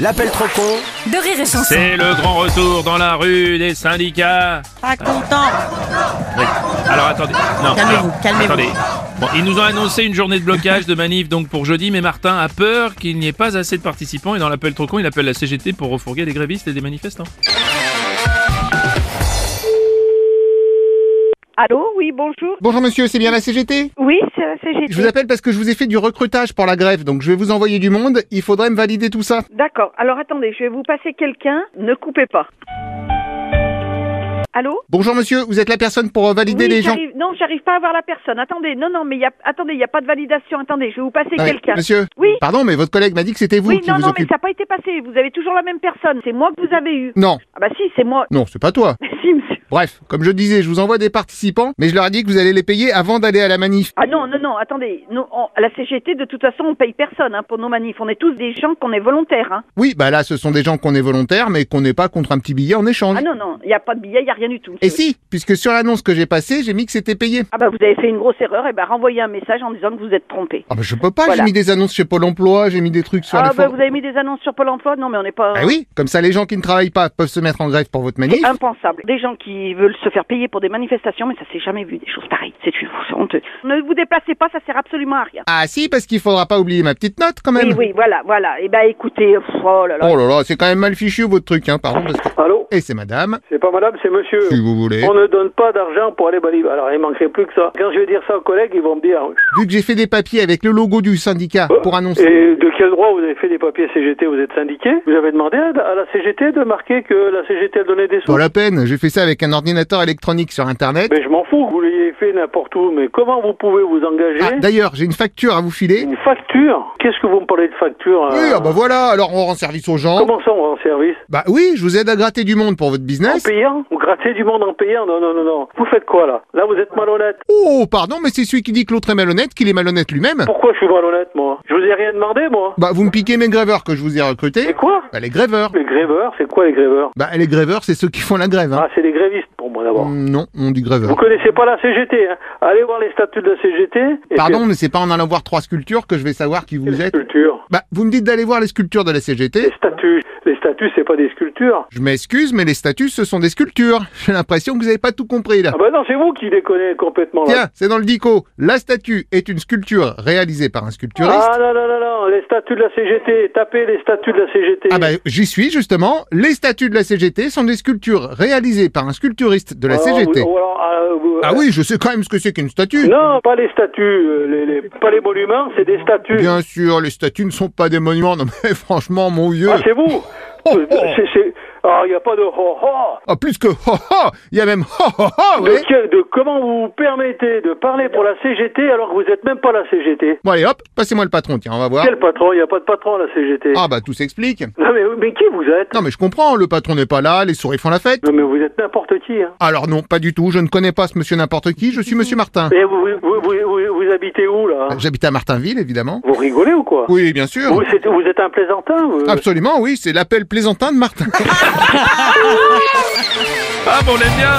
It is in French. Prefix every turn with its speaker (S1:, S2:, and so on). S1: L'appel trop con
S2: de rire et chanson.
S3: C'est le grand retour dans la rue des syndicats.
S4: Pas content.
S3: Oui. Alors attendez. Non,
S4: Calmez-vous,
S3: alors,
S4: calmez-vous.
S3: Attendez. Bon, ils nous ont annoncé une journée de blocage de manif donc pour jeudi, mais Martin a peur qu'il n'y ait pas assez de participants et dans l'appel trop con, il appelle la CGT pour refourguer des grévistes et des manifestants.
S5: Allô, oui, bonjour.
S6: Bonjour monsieur, c'est bien la CGT
S5: Oui, c'est la CGT.
S6: Je vous appelle parce que je vous ai fait du recrutage pour la grève, donc je vais vous envoyer du monde, il faudrait me valider tout ça.
S5: D'accord. Alors attendez, je vais vous passer quelqu'un. Ne coupez pas. Allô
S6: Bonjour monsieur, vous êtes la personne pour euh, valider
S5: Oui,
S6: les gens.
S5: j'arrive- Non, j'arrive pas à voir la personne. Attendez, non, non, mais il y a... attendez, il n'y a pas de validation. Attendez, je vais vous passer
S6: Non, mais,
S5: quelqu'un.
S6: monsieur,
S5: Oui.
S6: pardon, mais votre collègue m'a dit que c'était vous
S5: oui,
S6: qui
S5: non,
S6: vous
S5: non, mais
S6: occupe.
S5: ça n'a pas été passé. Vous avez toujours la même personne. C'est moi que vous avez eu.
S6: Non,
S5: Ah bah si, c'est moi.
S6: non, c'est pas toi.
S5: si, monsieur.
S6: Bref, comme je disais, je vous envoie des participants, mais je leur ai dit que vous allez les payer avant d'aller à la manif.
S5: Ah non, non, non, attendez. Non, on- à la CGT, de toute façon, on paye personne hein, pour nos manifs. On est tous des gens qu'on est volontaires. Hein.
S6: Oui, bah là, ce sont des gens qu'on est volontaires, mais qu'on n'est pas contre un petit billet en échange.
S5: Ah non, non, il n'y a pas de billet, il n'y a rien du tout.
S6: Et
S5: monsieur.
S6: si, puisque sur l'annonce que j'ai passée, j'ai mis que c'était payé.
S5: Ah bah vous avez fait une grosse erreur, et bah renvoyez un message en disant que vous êtes trompé.
S6: Ah bah je peux pas,
S5: Voilà.
S6: j'ai mis des annonces chez Pôle emploi, j'ai mis des trucs sur
S5: Ah
S6: les
S5: bah
S6: forums.
S5: vous avez mis des annonces sur Pôle emploi Non mais on n'est pas...
S6: Ah oui, comme ça les gens qui ne travaillent pas peuvent se mettre en grève pour votre manif.
S5: C'est impensable. Des gens qui veulent se faire payer pour des manifestations, mais ça s'est jamais vu, des choses pareilles. C'est une c'est honteux. Ne vous déplacez pas, ça sert absolument à rien.
S6: Ah si, parce qu'il faudra pas oublier ma petite note quand même.
S5: Oui, oui, voilà, voilà. Et bah écoutez, pff, oh là là.
S6: Oh là là, c'est quand même mal fichu votre truc, hein, pardon. Parce que...
S7: Allô
S6: Et c'est madame,
S7: C'est pas madame, c'est monsieur.
S6: si vous voulez.
S7: Euh, On ne donne pas d'argent pour aller baliver. Alors, il manquerait plus que ça. Quand je vais dire ça aux collègues, ils vont me dire.
S6: Vu que j'ai fait des papiers avec le logo du syndicat pour annoncer.
S7: Euh, Et de quel droit vous avez fait des papiers CGT Vous êtes syndiqué Vous avez demandé à à la CGT de marquer que la CGT a donné des sous
S6: Pas la peine, j'ai fait ça avec un ordinateur électronique sur internet.
S7: Mais je m'en fous, que vous l'ayez fait n'importe où. Mais comment vous pouvez vous engager
S6: Ah, d'ailleurs, j'ai une facture à vous filer.
S7: Une facture Qu'est-ce que vous me parlez de facture
S6: Oui,
S7: euh,
S6: ah bah voilà, alors on rend service aux gens.
S7: Comment ça, on va en service
S6: Bah oui, je vous aide à gratter du monde pour votre
S7: En
S6: business.
S7: payant Vous grattez du monde en payant Non, non, non, non. Vous faites quoi, là Là, vous êtes malhonnête.
S6: Oh, pardon, mais c'est celui qui dit que l'autre est malhonnête qu'il est malhonnête lui-même.
S7: Pourquoi je suis malhonnête, moi Je vous ai rien demandé, moi.
S6: Bah vous me piquez mes gréveurs que je vous ai recrutés.
S7: C'est quoi
S6: Bah les gréveurs.
S7: Les gréveurs, c'est quoi les gréveurs
S6: Bah les gréveurs, c'est ceux qui font la grève. Hein. Mm,
S7: Ah, c'est des grévistes pour moi d'abord.
S6: Non, on dit
S7: Vous
S6: gréveur.
S7: connaissez pas la CGT, hein Allez voir les statuts de la CGT. et
S6: Pardon, mais c'est pas en allant voir trois sculptures que je vais savoir qui
S7: puis,
S6: vous
S7: les
S6: êtes.
S7: sculptures.
S6: Bah, vous me dites d'aller voir les sculptures de la
S7: Les
S6: CGT.
S7: statues. Les statues, c'est pas des sculptures.
S6: Je m'excuse, mais les statues, ce sont des sculptures. J'ai l'impression que vous avez pas tout compris, là.
S7: Ah bah non, c'est vous qui déconnez complètement là.
S6: Tiens, c'est dans le dico. La statue est une sculpture réalisée par un sculpturiste.
S7: Ah non, non, non, non, les statuts de la CGT. Tapez les statuts de la CGT.
S6: Ah bah, j'y suis, justement. Les statues de la CGT sont des sculptures réalisées par un sculpturiste de la
S7: Alors,
S6: CGT.
S7: vous- Ah, ou alors, euh, vous-
S6: Ah oui, je sais quand même ce que c'est qu'une statue.
S7: Non, pas les statues, euh, les, les- pas les monuments, c'est des statues.
S6: Bien sûr, les statues ne sont pas des monuments. Non mais franchement, mon vieux.
S7: Ah, c'est vous
S6: Oh, oh.
S7: C'est- c'est- Alors, il n'y a pas de oh, ho ho
S6: Ah, plus que ho ho, il y a même ho ho ho, vous
S7: de,
S6: voyez
S7: quel- de comment vous vous permettez de parler pour la CGT alors que vous n'êtes même pas la CGT
S6: Bon allez, hop, passez-moi le patron, tiens, on va voir.
S7: Quel patron Il n'y a pas de patron à la CGT.
S6: Ah bah tout s'explique.
S7: Non mais, mais qui vous êtes
S6: Non mais je comprends, le patron n'est pas là, les souris font la fête.
S7: Non mais vous êtes n'importe qui. Hein.
S6: Alors non, pas du tout, je ne connais pas ce monsieur n'importe qui, je suis monsieur Martin.
S7: Et vous, vous, vous, vous- vous habitez où là
S6: J'habite à Martinville, évidemment.
S7: Vous rigolez ou quoi
S6: Oui, bien
S7: vous,
S6: sûr.
S7: c'est- vous êtes un plaisantin vous
S6: Absolument, oui, c'est l'appel plaisantin de Martin.
S3: Ah bon, on l'aime bien